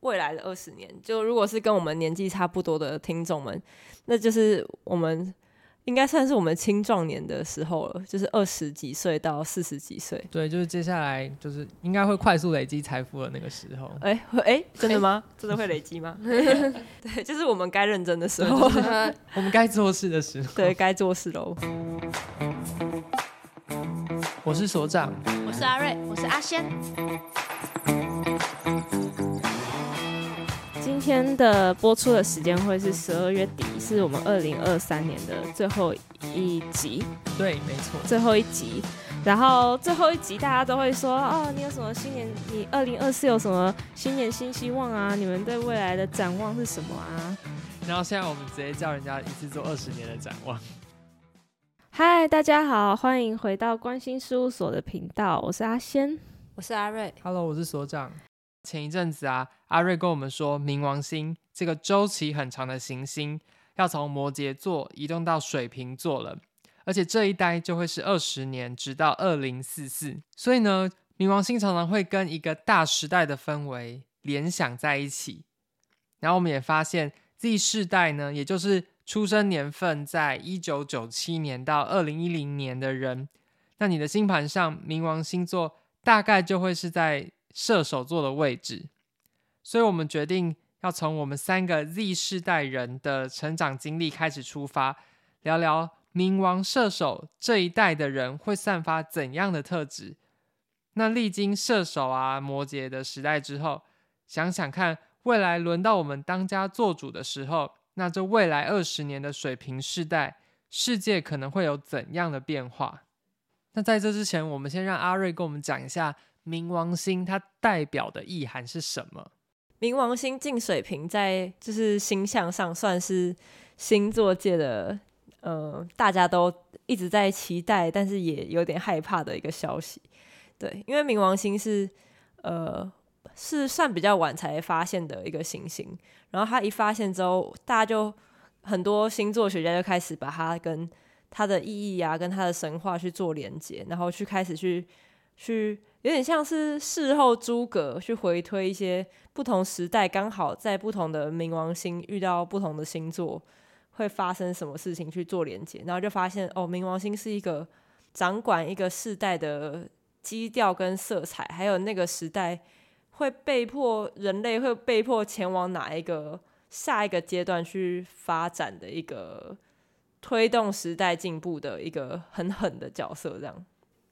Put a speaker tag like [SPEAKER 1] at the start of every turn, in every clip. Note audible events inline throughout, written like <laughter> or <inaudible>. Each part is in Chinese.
[SPEAKER 1] 未来的二十年，就如果是跟我们年纪差不多的听众们，那就是我们应该算是我们青壮年的时候了，就是二十几岁到四十几岁。
[SPEAKER 2] 对，就是接下来就是应该会快速累积财富的那个时候。
[SPEAKER 1] 哎、会哎、真的吗？ <laughs> 真的会累积吗？对，就是我们该认真的时候。 <laughs>
[SPEAKER 3] 呃
[SPEAKER 2] 我们该做事的时候。
[SPEAKER 1] 对，，该做事喽。
[SPEAKER 2] 我是所长，
[SPEAKER 3] 我是阿瑞，我是阿仙，
[SPEAKER 4] 今天的播出的时间会是十二月底，是我们二零二三年的最后一集，
[SPEAKER 2] 对，没错。
[SPEAKER 4] 最后一集。然后最后一集大家都会说，哦，你有什么新年？你二零二四有什么新年新希望啊？你们对未来的展望是什么啊？
[SPEAKER 2] 然后现在我们直接叫人家一次做二十年的展望。
[SPEAKER 4] 嗨，大家好，欢迎回到关心事务所的频道，我是阿仙。
[SPEAKER 3] 我是阿瑞，
[SPEAKER 2] Hello，我是所长。前一阵子啊，阿瑞跟我们说，冥王星这个周期很长的行星要从摩羯座移动到水瓶座了，而且这一待就会是二十年，直到二零四四。所以呢，冥王星常常会跟一个大时代的氛围联想在一起。然后我们也发现，Z 世代呢，也就是出生年份在一九九七年到二零一零年的人，那你的星盘上冥王星座大概就会是在射手座的位置，所以我们决定要从我们三个 Z 世代人的成长经历开始出发，聊聊冥王射手这一代的人会散发怎样的特质。那历经射手啊、摩羯的时代之后，想想看，未来轮到我们当家做主的时候，那这未来二十年的水平世代，世界可能会有怎样的变化？那在这之前，我们先让阿瑞跟我们讲一下冥王星它代表的意涵是什么。
[SPEAKER 1] 冥王星进水瓶，在就是星象上算是星座界的呃，大家都一直在期待，但是也有点害怕的一个消息。对，因为冥王星是呃是算比较晚才发现的一个行星，然后它一发现之后，大家就很多星座学家就开始把它跟它的意义啊，跟它的神话去做连接，然后去开始去去有点像是事后诸葛去回推一些不同时代刚好在不同的冥王星遇到不同的星座会发生什么事情去做连接，然后就发现哦，冥王星是一个掌管一个世代的基调跟色彩，还有那个时代会被迫人类会被迫前往哪一个下一个阶段去发展的一个推动时代进步的一个很狠的角色，这样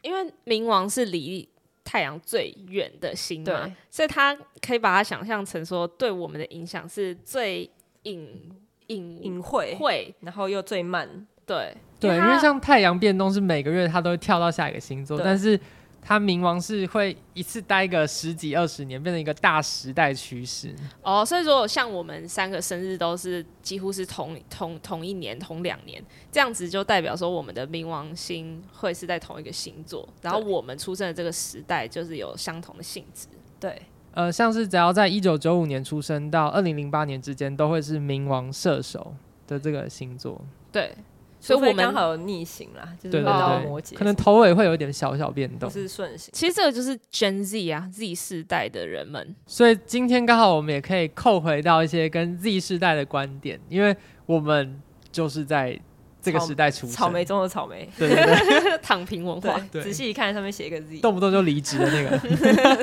[SPEAKER 4] 因为冥王是离太阳最远的星嘛
[SPEAKER 1] 对，
[SPEAKER 4] 所以他可以把它想象成说，对我们的影响是最隐
[SPEAKER 3] 嗯
[SPEAKER 4] 隐
[SPEAKER 1] 隐晦，
[SPEAKER 4] 晦，
[SPEAKER 1] 然后又最慢，
[SPEAKER 4] 对
[SPEAKER 2] 对，因
[SPEAKER 4] 它
[SPEAKER 2] 为像太阳变动是每个月它都会跳到下一个星座，
[SPEAKER 1] 对
[SPEAKER 2] 但是它冥王是会一次待个十几二十年，变成一个大时代趋势。
[SPEAKER 3] 哦，所以说像我们三个生日都是几乎是同同同一年、同两年，这样子就代表说我们的冥王星会是在同一个星座，然后我们出生的这个时代就是有相同的性质。
[SPEAKER 1] 对。
[SPEAKER 2] 呃，像是只要在一九九五年出生到二零零八年之间，都会是冥王射手的这个星座，
[SPEAKER 3] 对，
[SPEAKER 1] 所
[SPEAKER 3] 所
[SPEAKER 1] 以
[SPEAKER 3] 以
[SPEAKER 1] 我
[SPEAKER 3] 我
[SPEAKER 1] 们刚
[SPEAKER 3] 们
[SPEAKER 1] 好有逆行啦，就是
[SPEAKER 2] 对对
[SPEAKER 1] 会到
[SPEAKER 2] 对
[SPEAKER 1] 摩羯，
[SPEAKER 2] 可能头尾会有一点小小变
[SPEAKER 1] 不
[SPEAKER 2] 动。
[SPEAKER 1] 是顺行。
[SPEAKER 3] 其实这个就是 Gen Z 啊，Z 世代的人们。
[SPEAKER 2] 所以今天刚好我们也可以扣回到一些跟 Z 世代的观点，因为我们就是在这个时代出生，
[SPEAKER 1] 草莓中的草莓，
[SPEAKER 2] 对对对，
[SPEAKER 3] 躺平文化。
[SPEAKER 1] 对，
[SPEAKER 2] <laughs> 对
[SPEAKER 1] 仔细一看上面写一个 Z。
[SPEAKER 2] 动不动就离职的那
[SPEAKER 1] <laughs>
[SPEAKER 2] 个。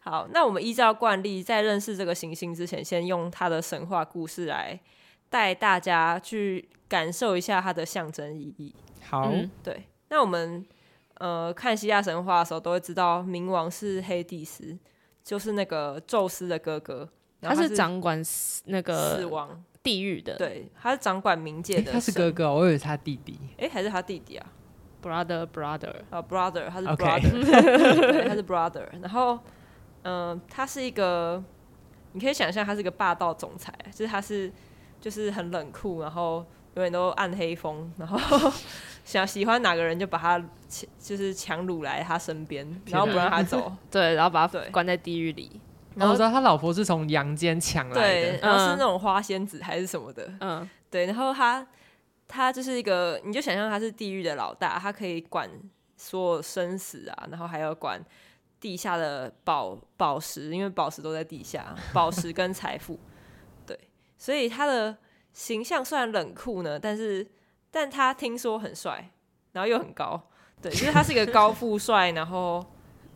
[SPEAKER 1] 好，那我们依照惯例，在认识这个行星之前，先用它的神话故事来带大家去感受一下它的象征意义。
[SPEAKER 2] 好，
[SPEAKER 3] 嗯
[SPEAKER 1] 对，那我们呃看希腊神话的时候，都会知道冥王是黑帝斯，就是那个宙斯的哥哥，然
[SPEAKER 3] 他
[SPEAKER 1] 后
[SPEAKER 3] 是
[SPEAKER 1] 是
[SPEAKER 3] 掌管死那
[SPEAKER 1] 死
[SPEAKER 3] 个
[SPEAKER 1] 亡，
[SPEAKER 3] 地狱的，
[SPEAKER 1] 对，他是掌管冥界
[SPEAKER 2] 诶
[SPEAKER 1] 的、
[SPEAKER 2] 他是哥，哥哦，我以为是他弟弟。
[SPEAKER 1] 哎、还是他弟弟啊？
[SPEAKER 3] ，brother brother，
[SPEAKER 1] 啊，brother，他是
[SPEAKER 2] OK
[SPEAKER 1] brother，对，
[SPEAKER 2] <laughs>
[SPEAKER 1] 他是 brother。然后，嗯、他是一个，你可以想象他是一个霸道总裁，就是他是就是很冷酷，然后永远都暗黑风，然后 <laughs> 想喜欢哪个人就把他强就是强掳来他身边，然后不让他
[SPEAKER 2] <laughs>
[SPEAKER 1] 走。
[SPEAKER 3] 对，然后把他
[SPEAKER 1] 对
[SPEAKER 3] 关在地狱里，
[SPEAKER 2] 然后我知道他老婆是从阳间抢来
[SPEAKER 1] 对
[SPEAKER 2] 的，，嗯
[SPEAKER 1] 然后是那种花仙子还是什么的，
[SPEAKER 3] 嗯，
[SPEAKER 1] 对，然后他他就是一个，你就想象他是地狱的老大，他可以管所有生死啊，然后还要管地下的宝宝石，因为宝石都在地下，宝石跟财富，对，所以他的形象虽然冷酷呢，但是但他听说很帅，然后又很高，对，就是他是一个高富帅，然后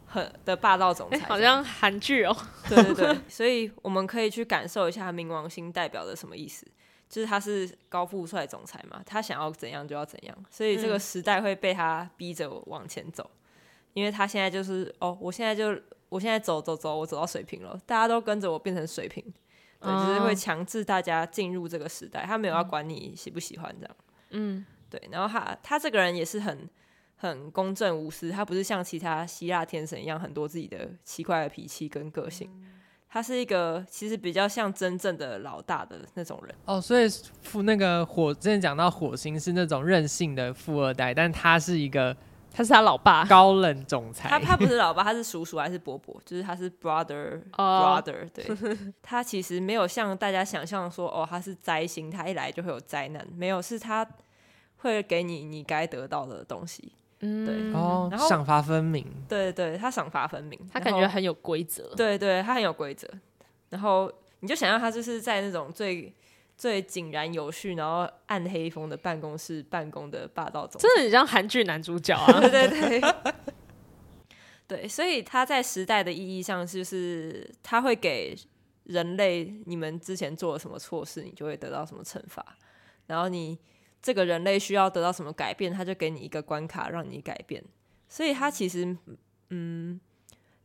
[SPEAKER 1] 很的霸道总裁
[SPEAKER 3] 哎、
[SPEAKER 1] 这样，
[SPEAKER 3] 好像韩剧哦，
[SPEAKER 1] 对对对，所以我们可以去感受一下冥王星代表的什么意思，就是他是高富帅总裁嘛，他想要怎样就要怎样，所以这个时代会被他逼着往前走，因为他现在就是哦，我现在就我现在走走走，我走到水平了，大家都跟着我变成水平，对，
[SPEAKER 3] 哦
[SPEAKER 1] 就是会强制大家进入这个时代，他没有要管你喜不喜欢这样，
[SPEAKER 3] 嗯，
[SPEAKER 1] 对，然后他他这个人也是很。很公正无私，他不是像其他希腊天神一样很多自己的奇怪的脾气跟个性，
[SPEAKER 3] 嗯
[SPEAKER 1] 他是一个其实比较像真正的老大的那种人，
[SPEAKER 2] 哦，所以富那个火之前讲到火星是那种任性的富二代，但他是一个
[SPEAKER 3] <laughs> 他是他
[SPEAKER 2] <laughs>
[SPEAKER 3] 老爸，
[SPEAKER 2] 高冷总
[SPEAKER 1] 他
[SPEAKER 2] 裁。
[SPEAKER 1] 他不是老爸，他是叔叔还是伯伯，就是他是 brother、
[SPEAKER 3] 哦
[SPEAKER 1] brother，对
[SPEAKER 3] <laughs>
[SPEAKER 1] 他其实没有像大家想象说哦他是灾星，他一来就会有灾难，没有是他会给你你该得到的东西，
[SPEAKER 3] 嗯，
[SPEAKER 2] 哦
[SPEAKER 1] 然后，
[SPEAKER 2] 赏罚分明。
[SPEAKER 1] 对对，他赏罚分明，
[SPEAKER 3] 他感
[SPEAKER 1] 然
[SPEAKER 3] 觉
[SPEAKER 1] 后
[SPEAKER 3] 很有规则，
[SPEAKER 1] 对对，他很有规则。然后你就想象他就是在那种最最井然有序，然后暗黑风的办公室办公的霸道总裁，
[SPEAKER 3] 真的很像韩剧男主角啊，
[SPEAKER 1] 对 <laughs> 对对。对，所以他在时代的意义上，就是他会给人类你们之前做了什么错事，你就会得到什么惩罚。然后你这个人类需要得到什么改变，他就给你一个关卡让你改变。所以他其实，嗯，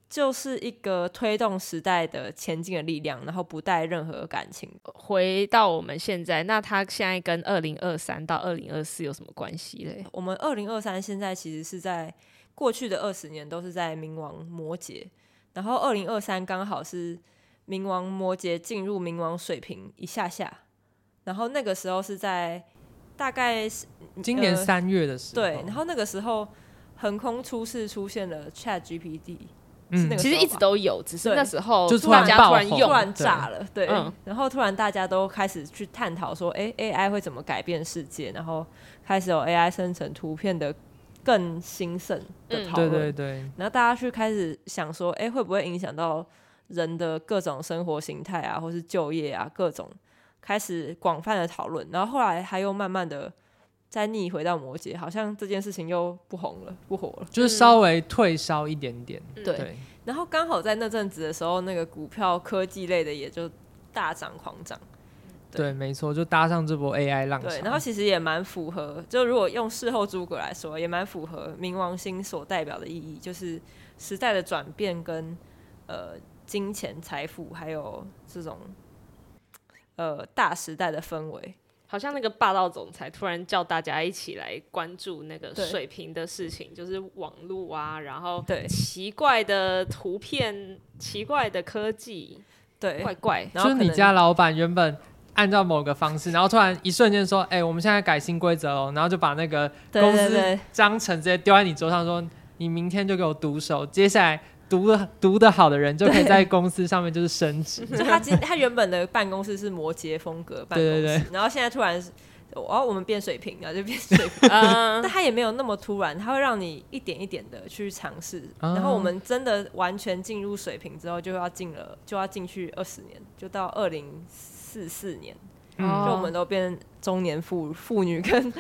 [SPEAKER 1] 就是一个推动时代的前进的力量，然后不带任何感情。
[SPEAKER 3] <laughs> 回到我们现在，那他现在跟二零二三到二零二四有什么关系嘞？
[SPEAKER 1] 我们二零二三现在其实是在过去的二十年都是在冥王摩羯，然后二零二三刚好是冥王摩羯进入冥王水平一下下，然后那个时候是在大概是
[SPEAKER 2] 今年
[SPEAKER 1] 呃
[SPEAKER 2] 三哦月的时候，
[SPEAKER 1] 对，然后那个时候横空出世出现了 Chat GPT，是那
[SPEAKER 2] 嗯
[SPEAKER 1] 个，
[SPEAKER 3] 其实一直都有，只是
[SPEAKER 1] 对
[SPEAKER 3] 那时候
[SPEAKER 2] 就突
[SPEAKER 3] 大
[SPEAKER 2] 然
[SPEAKER 3] 家
[SPEAKER 2] 爆
[SPEAKER 3] 突然
[SPEAKER 2] 红
[SPEAKER 3] 用
[SPEAKER 1] 突然炸了，对，
[SPEAKER 3] 嗯
[SPEAKER 1] 然后突然大家都开始去探讨说，哎、a i 会怎么改变世界？然后开始有 AI 生成图片的更兴盛的
[SPEAKER 3] 嗯
[SPEAKER 1] 讨
[SPEAKER 2] 对
[SPEAKER 1] 论、
[SPEAKER 2] 对对，
[SPEAKER 1] 然后大家去开始想说，哎、会不会影响到人的各种生活形态啊，或是就业啊，各种开始广泛的讨论。然后后来他又慢慢的再逆回到摩羯，好像这件事情又不红了，不火了。
[SPEAKER 2] 就是稍微退烧一点点。
[SPEAKER 1] 嗯
[SPEAKER 3] 嗯
[SPEAKER 1] 对
[SPEAKER 2] 对，
[SPEAKER 1] 然后刚好在那阵子的时候，那个股票科技类的也就大涨狂涨。对
[SPEAKER 2] 对，没错，就搭上这波 AI 浪潮。
[SPEAKER 1] 对，然后其实也蛮符合，就如果用事后诸葛来说，也蛮符合冥王星所代表的意义，就是时代的转变跟呃金钱、财富，还有这种呃大时代的氛围。
[SPEAKER 3] 好像那个霸道总裁突然叫大家一起来关注那个
[SPEAKER 1] 对
[SPEAKER 3] 水平的事情，就是网络啊，然后
[SPEAKER 1] 对
[SPEAKER 3] 奇怪的图片、奇怪的科技，
[SPEAKER 1] 对，
[SPEAKER 3] 怪 <laughs> 怪。
[SPEAKER 1] 然
[SPEAKER 2] 就
[SPEAKER 1] 后
[SPEAKER 2] 是
[SPEAKER 1] 可
[SPEAKER 2] 你
[SPEAKER 1] 能
[SPEAKER 2] 家老板原本按照某个方式，然后突然一瞬间说：“哎、我们现在改新规则哦。”然后就把那个
[SPEAKER 1] 对
[SPEAKER 2] 公
[SPEAKER 1] 对
[SPEAKER 2] 司
[SPEAKER 1] 对
[SPEAKER 2] 章程直接丢在你桌上，说：“你明天就给我读手，接下来读的读的好的人就可以
[SPEAKER 1] 对
[SPEAKER 2] 在公司上面就是升职。
[SPEAKER 1] 就他今他原本的办公室是摩羯风格办公室，
[SPEAKER 2] 对对
[SPEAKER 1] 然后现在突然是，哦，我们变水平，然后就变水平。
[SPEAKER 3] 嗯
[SPEAKER 1] 但，它也没有那么突然，它会让你一点一点的去尝试。
[SPEAKER 2] 哦
[SPEAKER 1] 然后我们真的完全进入水平之后，就要进了，就要进去二十年，就到二零四四年，
[SPEAKER 2] 嗯，
[SPEAKER 1] 就我们都变中年妇妇女
[SPEAKER 2] <laughs>
[SPEAKER 1] 跟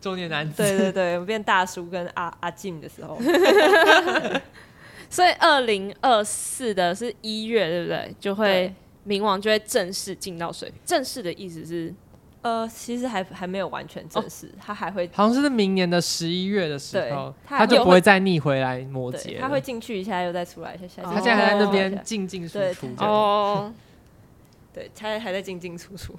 [SPEAKER 2] 中年男子。
[SPEAKER 1] 对对对，我们变大叔跟阿阿进的时候，
[SPEAKER 3] 所以二零二四的是一月，对不对？就会冥王就会正式进到水平。正式的意思是，
[SPEAKER 1] 呃，其实还还没有完全
[SPEAKER 2] 哦
[SPEAKER 1] 正式，它还会
[SPEAKER 2] 好像是明年的十一月的时候
[SPEAKER 1] 对，他
[SPEAKER 2] 他就
[SPEAKER 1] 有
[SPEAKER 2] 不会再逆回来摩羯
[SPEAKER 1] 对，
[SPEAKER 2] 了。
[SPEAKER 1] 它会进去一下，又再出来一下，下
[SPEAKER 3] 哦
[SPEAKER 2] 他现在还在那
[SPEAKER 1] 哦
[SPEAKER 2] 边进进出出
[SPEAKER 1] 对
[SPEAKER 2] 这样。
[SPEAKER 3] 哦，
[SPEAKER 1] 对，它还在进进出出。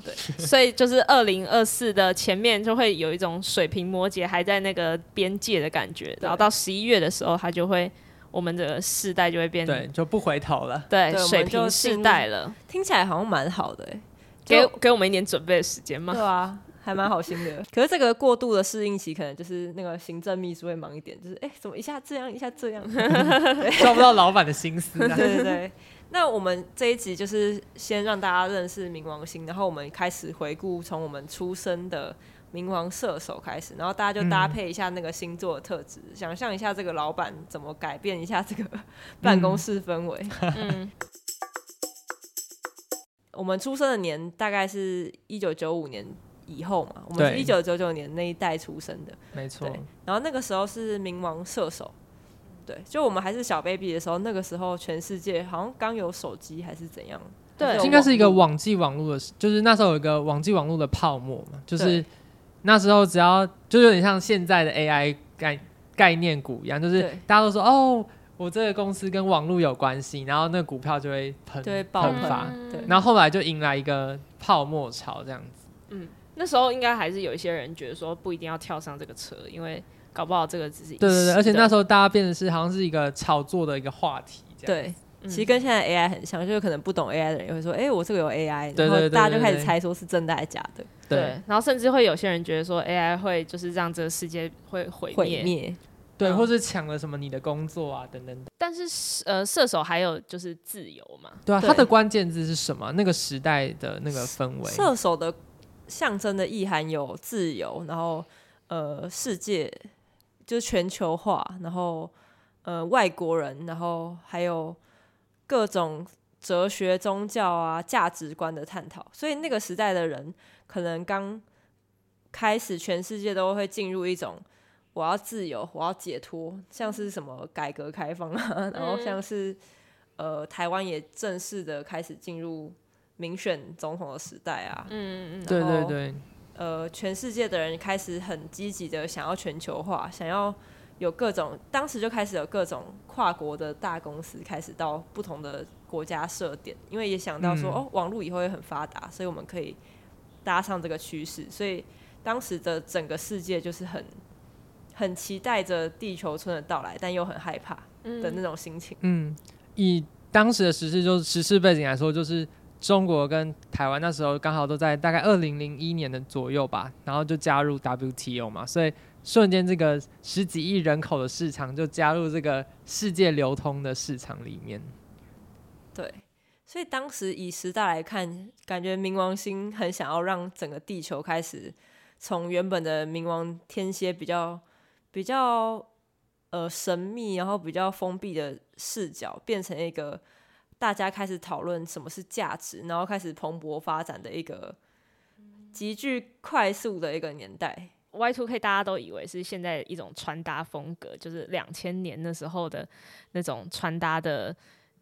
[SPEAKER 2] <laughs>
[SPEAKER 1] 对，
[SPEAKER 3] 所以就是二零二四的前面就会有一种水平摩羯还在那个边界的感觉，然后到十一月的时候，它就会我们的世代就会变
[SPEAKER 2] 对，就不回头了。
[SPEAKER 3] 对
[SPEAKER 1] 对我们
[SPEAKER 3] 水
[SPEAKER 1] 就
[SPEAKER 3] 平
[SPEAKER 1] 进
[SPEAKER 3] 世代了，
[SPEAKER 1] 听起来好像蛮好的、欸，就
[SPEAKER 3] 给给我们一点准备的时间嘛
[SPEAKER 1] 对。啊，还蛮好心的。可是这个过度的适应期，可能就是那个行政秘书会忙一点，就是哎、诶怎么一下这样，一下这样。
[SPEAKER 2] 抓不到老板的心思、
[SPEAKER 1] <laughs>
[SPEAKER 2] 啊。
[SPEAKER 1] 对对对。那我们这一集就是先让大家认识冥王星，然后我们开始回顾从我们出生的冥王射手开始，然后大家就搭配一下那个星座的特质，想象一下这个老板怎么改变一下这个办公室氛围。
[SPEAKER 3] 嗯，
[SPEAKER 1] 我们出生的年大概是一九九五年以后嘛，我们是
[SPEAKER 2] 对
[SPEAKER 1] 一九九九年那一代出生的，
[SPEAKER 2] 没错，
[SPEAKER 1] 对然后那个时候是冥王射手。对，就我们还是小 baby 的时候，那个时候全世界好像刚有手机还是怎样，
[SPEAKER 3] 对
[SPEAKER 1] 还有
[SPEAKER 2] 应该是一个
[SPEAKER 1] 网络
[SPEAKER 2] 网际网络的，就是那时候有一个网际网络的泡沫嘛，就是
[SPEAKER 1] 对
[SPEAKER 2] 那时候只要就有点像现在的 AI 概概念股一样，就是
[SPEAKER 1] 对
[SPEAKER 2] 大家都说哦，我这个公司跟网络有关系，然后那股票就会喷
[SPEAKER 1] 就会爆
[SPEAKER 2] 喷
[SPEAKER 1] 棚
[SPEAKER 2] 发，
[SPEAKER 1] 对
[SPEAKER 2] 然后后来就迎来一个泡沫潮这样子。
[SPEAKER 3] 那时候应该还是有一些人觉得说不一定要跳上这个车，因为搞不好这个只是一
[SPEAKER 2] 对对对，而且那时
[SPEAKER 3] 候
[SPEAKER 2] 候大家变得是好像是一个炒作的一个话题这样。
[SPEAKER 1] 对，
[SPEAKER 3] 嗯
[SPEAKER 1] 其实跟现在 AI 很像，就是可能不懂 AI 的人也会说，哎、我这个有 AI，
[SPEAKER 2] 对
[SPEAKER 1] 然后
[SPEAKER 2] 对对
[SPEAKER 1] 大家
[SPEAKER 2] 对
[SPEAKER 1] 就开
[SPEAKER 2] 对
[SPEAKER 1] 始猜说是真的还是假的，
[SPEAKER 3] 对
[SPEAKER 2] 对
[SPEAKER 3] 然后甚至会有些人觉得说 AI 会就是让这个世界会毁
[SPEAKER 1] 毁灭。
[SPEAKER 2] 对，
[SPEAKER 3] 嗯
[SPEAKER 2] 或是抢了什么你的工作啊等等等。
[SPEAKER 3] 但是呃，射手还有就是自由嘛，
[SPEAKER 2] 对啊，
[SPEAKER 1] 对
[SPEAKER 2] 它的关键字是什么？那个时代的那个氛围。
[SPEAKER 1] 射手的象征的意涵有自由，然后呃，世界就是全球化，然后呃，外国人，然后还有各种哲学、宗教啊、价值观的探讨。所以那个时代的人，可能刚开始，全世界都会进入一种。我要自由，我要解脱，像是什么改革开放啊，然后像是、呃，台湾也正式的开始进入民选总统的时代啊，
[SPEAKER 3] 嗯嗯嗯，
[SPEAKER 2] 对
[SPEAKER 1] 然
[SPEAKER 2] 对
[SPEAKER 1] 后
[SPEAKER 2] 对，
[SPEAKER 1] 呃，全世界的人开始很积极的想要全球化，想要有各种，当时就开始有各种跨国的大公司开始到不同的国家设点，因为也想到说，
[SPEAKER 2] 嗯
[SPEAKER 1] 哦，网络以后会很发达，所以我们可以搭上这个趋势，所以当时的整个世界就是很很期待着地球村的到来，但又很害怕的那种心情。
[SPEAKER 2] 嗯，以当时的时事就是时事背景来说，就是中国跟台湾那时候刚好都在大概二零零一年的左右吧，然后就加入 WTO 嘛，所以瞬间这个十几亿人口的市场就加入这个世界流通的市场里面。
[SPEAKER 1] 对，所以当时以时代来看，感觉冥王星很想要让整个地球开始从原本的冥王天蝎比较比较呃神秘，然后比较封闭的视角，变成一个大家开始讨论什么是价值，然后开始蓬勃发展的一个急剧快速的一个年代。
[SPEAKER 3] Y two K 大家都以为是现在一种穿搭风格，就是两千年那时候的那种穿搭的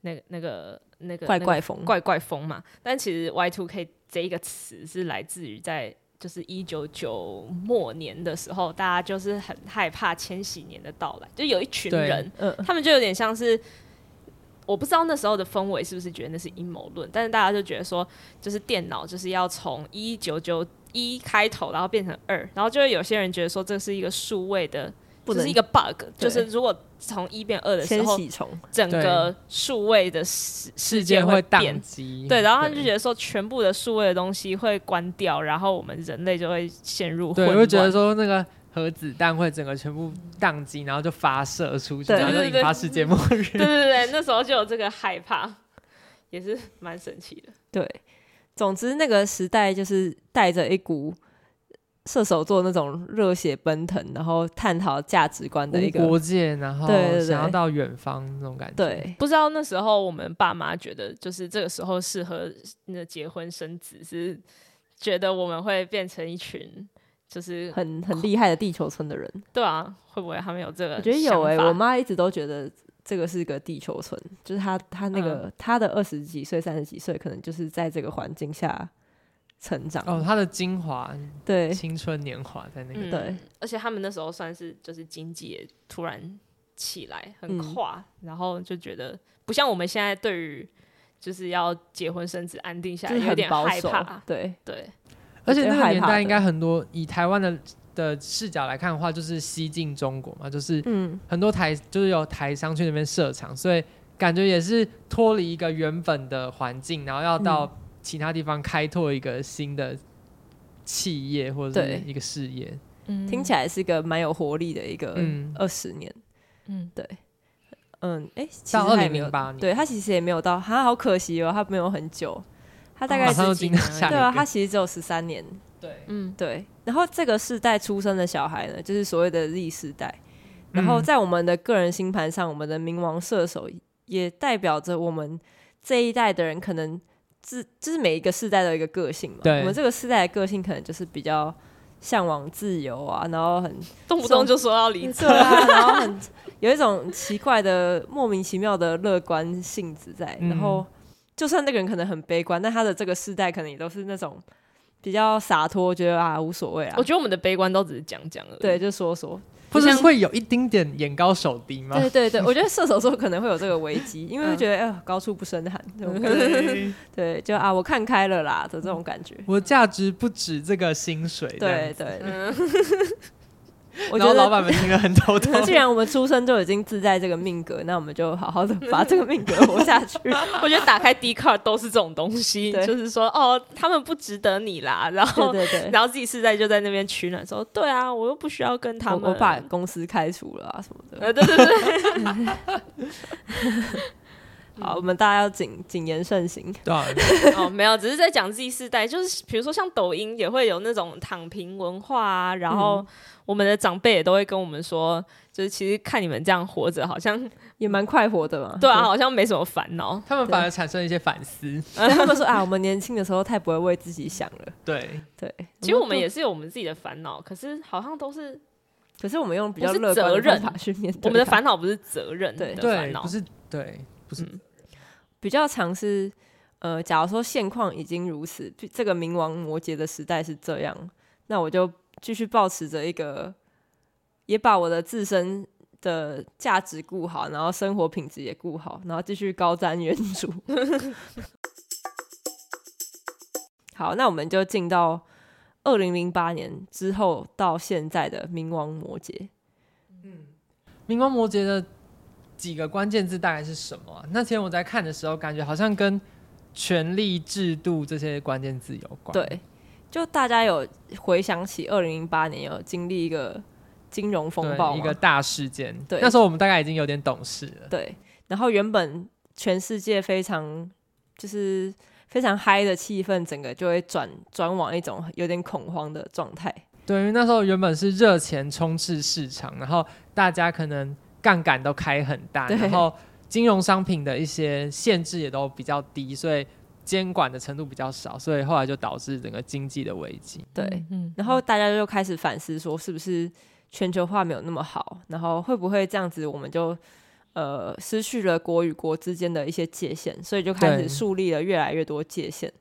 [SPEAKER 3] 那个那个那个
[SPEAKER 1] 怪
[SPEAKER 3] 那个
[SPEAKER 1] 啊怪风，
[SPEAKER 3] 怪怪风嘛。但其实 Y two K 这一个词是来自于在就是一九九末年的时候，大家就是很害怕千禧年的到来，就有一群
[SPEAKER 2] 对
[SPEAKER 3] 人，
[SPEAKER 1] 嗯，
[SPEAKER 3] 他们就有点像是。我不知道那时候的氛围是不是觉得那是阴谋论，但是大家就觉得说，就是电脑就是要从一九九一开头，然后变成二，然后就会有些人觉得说这是一个数位的，
[SPEAKER 1] 不
[SPEAKER 3] 这
[SPEAKER 1] 能
[SPEAKER 3] 是一个 bug，就
[SPEAKER 1] 对
[SPEAKER 3] 是如果从一变二的时
[SPEAKER 1] 千
[SPEAKER 3] 候，
[SPEAKER 1] 禧虫，
[SPEAKER 3] 整个数位的世
[SPEAKER 2] 世
[SPEAKER 3] 世
[SPEAKER 2] 界
[SPEAKER 3] 界
[SPEAKER 2] 会
[SPEAKER 3] 会
[SPEAKER 2] 宕
[SPEAKER 3] 变。
[SPEAKER 2] 机，
[SPEAKER 3] 对，然后他们就觉得说，全部的数位的东西会关掉，然后我们人类就会陷入混
[SPEAKER 2] 对，
[SPEAKER 3] 乱。
[SPEAKER 2] 我就觉得说那个核子弹会整个全部宕机，然后就发射出去，
[SPEAKER 1] 对
[SPEAKER 2] 然后就
[SPEAKER 3] 对
[SPEAKER 2] 引
[SPEAKER 3] 对
[SPEAKER 2] 发世界末日。
[SPEAKER 3] 对对对，那时候就有这个害怕，也是蛮神奇的。
[SPEAKER 1] 对，总之那个时代就是带着一股射手座那种热血奔腾，然后探讨价值观的一
[SPEAKER 2] 无
[SPEAKER 1] 个
[SPEAKER 2] 国界，然后
[SPEAKER 1] 对对对
[SPEAKER 2] 想要到远方那种感觉。
[SPEAKER 1] 对
[SPEAKER 3] 不知道那时候我们爸妈觉得，就是这个时候适合那结婚生子，是觉得我们会变成一群，就是
[SPEAKER 1] 很很厉害的地球村的人。
[SPEAKER 3] 对啊，会不会他们有这个想法？
[SPEAKER 1] 我觉得有诶、我妈一直都觉得这个是个地球村，就是她她那个、
[SPEAKER 3] 嗯
[SPEAKER 1] 她的二十几岁、三十几岁，可能就是在这个环境下成长。
[SPEAKER 2] 哦，他的精华、
[SPEAKER 1] 对
[SPEAKER 2] 青春年华在那个
[SPEAKER 3] 嗯
[SPEAKER 1] 对，
[SPEAKER 3] 而且他们那时候算是就是经济也突然起来很
[SPEAKER 1] 嗯
[SPEAKER 3] 跨，然后就觉得不像我们现在对于就是要结婚生子安定下来
[SPEAKER 1] 就是
[SPEAKER 3] 有
[SPEAKER 1] 很
[SPEAKER 3] 点
[SPEAKER 1] 保
[SPEAKER 3] 害
[SPEAKER 1] 守
[SPEAKER 3] 怕，，
[SPEAKER 1] 对
[SPEAKER 3] 对，
[SPEAKER 2] 而且那
[SPEAKER 1] 我觉得
[SPEAKER 2] 个年
[SPEAKER 1] 害怕
[SPEAKER 2] 代
[SPEAKER 1] 的
[SPEAKER 2] 应该很多，以台湾的的视角来看的话，就是西进中国嘛，就是
[SPEAKER 1] 嗯，
[SPEAKER 2] 很多台就是有台商去那边设厂，所以感觉也是脱离一个原本的环境，然后要
[SPEAKER 1] 嗯
[SPEAKER 2] 到其他地方开拓一个新的企业或者是
[SPEAKER 1] 对
[SPEAKER 2] 一个事业。
[SPEAKER 3] 嗯
[SPEAKER 1] 听起来是个蛮有活力的一个
[SPEAKER 2] 嗯
[SPEAKER 1] 二十年。
[SPEAKER 3] 嗯
[SPEAKER 1] 对，嗯，哎、其实
[SPEAKER 2] 到
[SPEAKER 1] 他
[SPEAKER 2] 二
[SPEAKER 1] 也
[SPEAKER 2] 零
[SPEAKER 1] 没有
[SPEAKER 2] 零八年，
[SPEAKER 1] 对他其实也没有到，他好可惜哦，他没有很久，他大概
[SPEAKER 2] 马
[SPEAKER 1] 是、
[SPEAKER 2] 上就
[SPEAKER 3] 十几
[SPEAKER 2] 进到
[SPEAKER 3] 年而已
[SPEAKER 2] 下一
[SPEAKER 1] 对啊
[SPEAKER 2] 个。
[SPEAKER 1] 啊，他其实只有十三年，
[SPEAKER 2] 对，
[SPEAKER 3] 嗯，
[SPEAKER 1] 对，然后这个世代出生的小孩呢，就是所谓的 Z 世代。然
[SPEAKER 2] 嗯
[SPEAKER 1] 后在我们的个人星盘上，我们的冥王射手也代表着我们这一代的人可能自就是每一个世代的一个个性嘛。
[SPEAKER 2] 对
[SPEAKER 1] 我们这个世代的个性可能就是比较向往自由啊，然后很
[SPEAKER 3] 动不动就说要离职，
[SPEAKER 1] 对
[SPEAKER 2] <laughs>
[SPEAKER 1] 啊，然后很有一种奇怪的、莫名其妙的乐观性质在。
[SPEAKER 2] 嗯
[SPEAKER 1] 然后，就算那个人可能很悲观，但他的这个世代可能也都是那种比较洒脱，觉得啊无所谓啊
[SPEAKER 3] 我，觉得我们的悲观都只是讲讲而已。
[SPEAKER 1] 对，，就说说。
[SPEAKER 2] 或者
[SPEAKER 3] 像
[SPEAKER 2] 是会有一丁点眼高手低吗？
[SPEAKER 1] 对对
[SPEAKER 2] <laughs>
[SPEAKER 1] 对，我觉得射手座可能会有这个危机，因为会觉
[SPEAKER 2] 嗯
[SPEAKER 1] 得哎、呦高处不胜
[SPEAKER 2] <laughs>
[SPEAKER 1] 寒，这种感觉对，就啊我看开了啦的这种感觉。
[SPEAKER 2] 我的价值不止这个薪水。这样
[SPEAKER 1] 对，对，对
[SPEAKER 3] 嗯，
[SPEAKER 1] <laughs> 我
[SPEAKER 2] 然
[SPEAKER 1] 觉得
[SPEAKER 2] 后老板们听了很头
[SPEAKER 1] <laughs>
[SPEAKER 2] 痛。
[SPEAKER 1] 既然我们出生就已经自在这个命格，那我们就好好的把这个命格活下
[SPEAKER 2] <laughs>
[SPEAKER 1] 去。
[SPEAKER 3] 我觉得打开 D card 都是这种东西，
[SPEAKER 1] 对
[SPEAKER 3] 就是说哦，他们不值得你啦，然后
[SPEAKER 1] 对对对，
[SPEAKER 3] 然后自己世代就在那边取暖说，对啊，我又不需要跟他们，
[SPEAKER 1] 我我把公司开除了啊什么的。
[SPEAKER 3] 呃，对对对，
[SPEAKER 1] 好，我们大家要谨谨言慎行。
[SPEAKER 2] 对啊，
[SPEAKER 3] 哦，没有，只是在讲 Z 世代，就是比如说像抖音也会有那种躺平文化啊，然后我们的长辈也都会跟我们说，就是其实看你们这样活着，好像
[SPEAKER 1] 也蛮快活的嘛。
[SPEAKER 3] 对啊，好像没什么烦恼。
[SPEAKER 2] 他们反而产生一些反思。
[SPEAKER 1] <laughs> 对，他们说啊，我们年轻的时候太不会为自己想了。
[SPEAKER 2] 对，
[SPEAKER 1] 对，
[SPEAKER 3] 其实我们也是有我们自己的烦恼，可是好像都是
[SPEAKER 1] 可是我们用比较
[SPEAKER 3] 不是
[SPEAKER 1] 乐观
[SPEAKER 3] 责
[SPEAKER 1] 的
[SPEAKER 3] 任
[SPEAKER 1] 方法去面对它。
[SPEAKER 3] 我们的烦恼不是责任
[SPEAKER 1] 对
[SPEAKER 3] 的
[SPEAKER 2] 对
[SPEAKER 3] 烦，恼
[SPEAKER 2] 不，是，对，不是，
[SPEAKER 1] 比较常是，呃，假如说现况已经如此，就这个冥王摩羯的时代是这样，那我就继续保持着一个，也把我的自身的价值顾好，然后生活品质也顾好，然后继续高瞻远瞩。好，那我们就进到二零零八年之后到现在的冥王摩羯。
[SPEAKER 2] 冥王摩羯的几个关键字大概是什么啊、那天我在看的时候，感觉好像跟权力制度这些关键字有关。
[SPEAKER 1] 对，就大家有回想起二零零八年有经历一个金融
[SPEAKER 2] 对，
[SPEAKER 1] 风暴
[SPEAKER 2] 一
[SPEAKER 1] 嘛
[SPEAKER 2] 个大事件。
[SPEAKER 1] 对
[SPEAKER 2] 那时候我们大概已经有点懂事了。
[SPEAKER 1] 对，然后原本全世界非常就是非常嗨的气氛，整个就会转转往一种有点恐慌的状态。
[SPEAKER 2] 对，因为那时候原本是热钱充斥市场，然后大家可能杠杆都开很大，
[SPEAKER 1] 对
[SPEAKER 2] 然后金融商品的一些限制也都比较低，所以监管的程度比较少，所以后来就导致整个经济的危机。
[SPEAKER 1] 对，
[SPEAKER 3] 嗯，
[SPEAKER 1] 然后大家就开始反思说，是不是全球化没有那么好？然后会不会这样子，我们就呃失去了国与国之间的一些界限，所以就开始
[SPEAKER 2] 对
[SPEAKER 1] 树立了越来越多界限。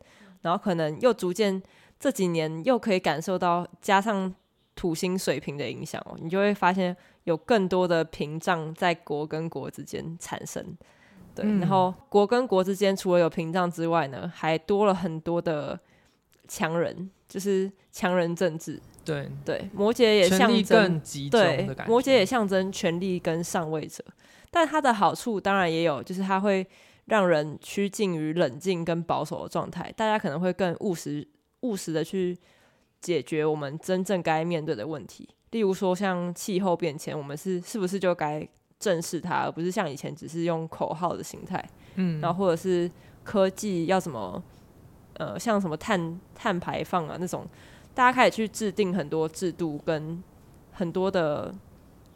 [SPEAKER 1] 然后可能又逐渐这几年又可以感受到，加上土星水平的影响哦，你就会发现有更多的屏障在国跟国之间产生。对，
[SPEAKER 2] 嗯
[SPEAKER 1] 然后国跟国之间除了有屏障之外呢，还多了很多的强人，就是强人政治。
[SPEAKER 2] 对，
[SPEAKER 1] 对，摩羯也
[SPEAKER 2] 权
[SPEAKER 1] 象
[SPEAKER 2] 力
[SPEAKER 1] 征
[SPEAKER 2] 更集中
[SPEAKER 1] 对
[SPEAKER 2] 的感觉。
[SPEAKER 1] 摩羯也象征权力跟上位者，但它的好处当然也有，就是它会让人趋近于冷静跟保守的状态，大家可能会更务实务实的去解决我们真正该面对的问题，例如说像气候变迁，我们是是不是就该正视它，而不是像以前只是用口号的形态。
[SPEAKER 2] 嗯，
[SPEAKER 1] 然后或者是科技要什么，呃，像什么碳碳排放啊那种，大家开始去制定很多制度跟很多的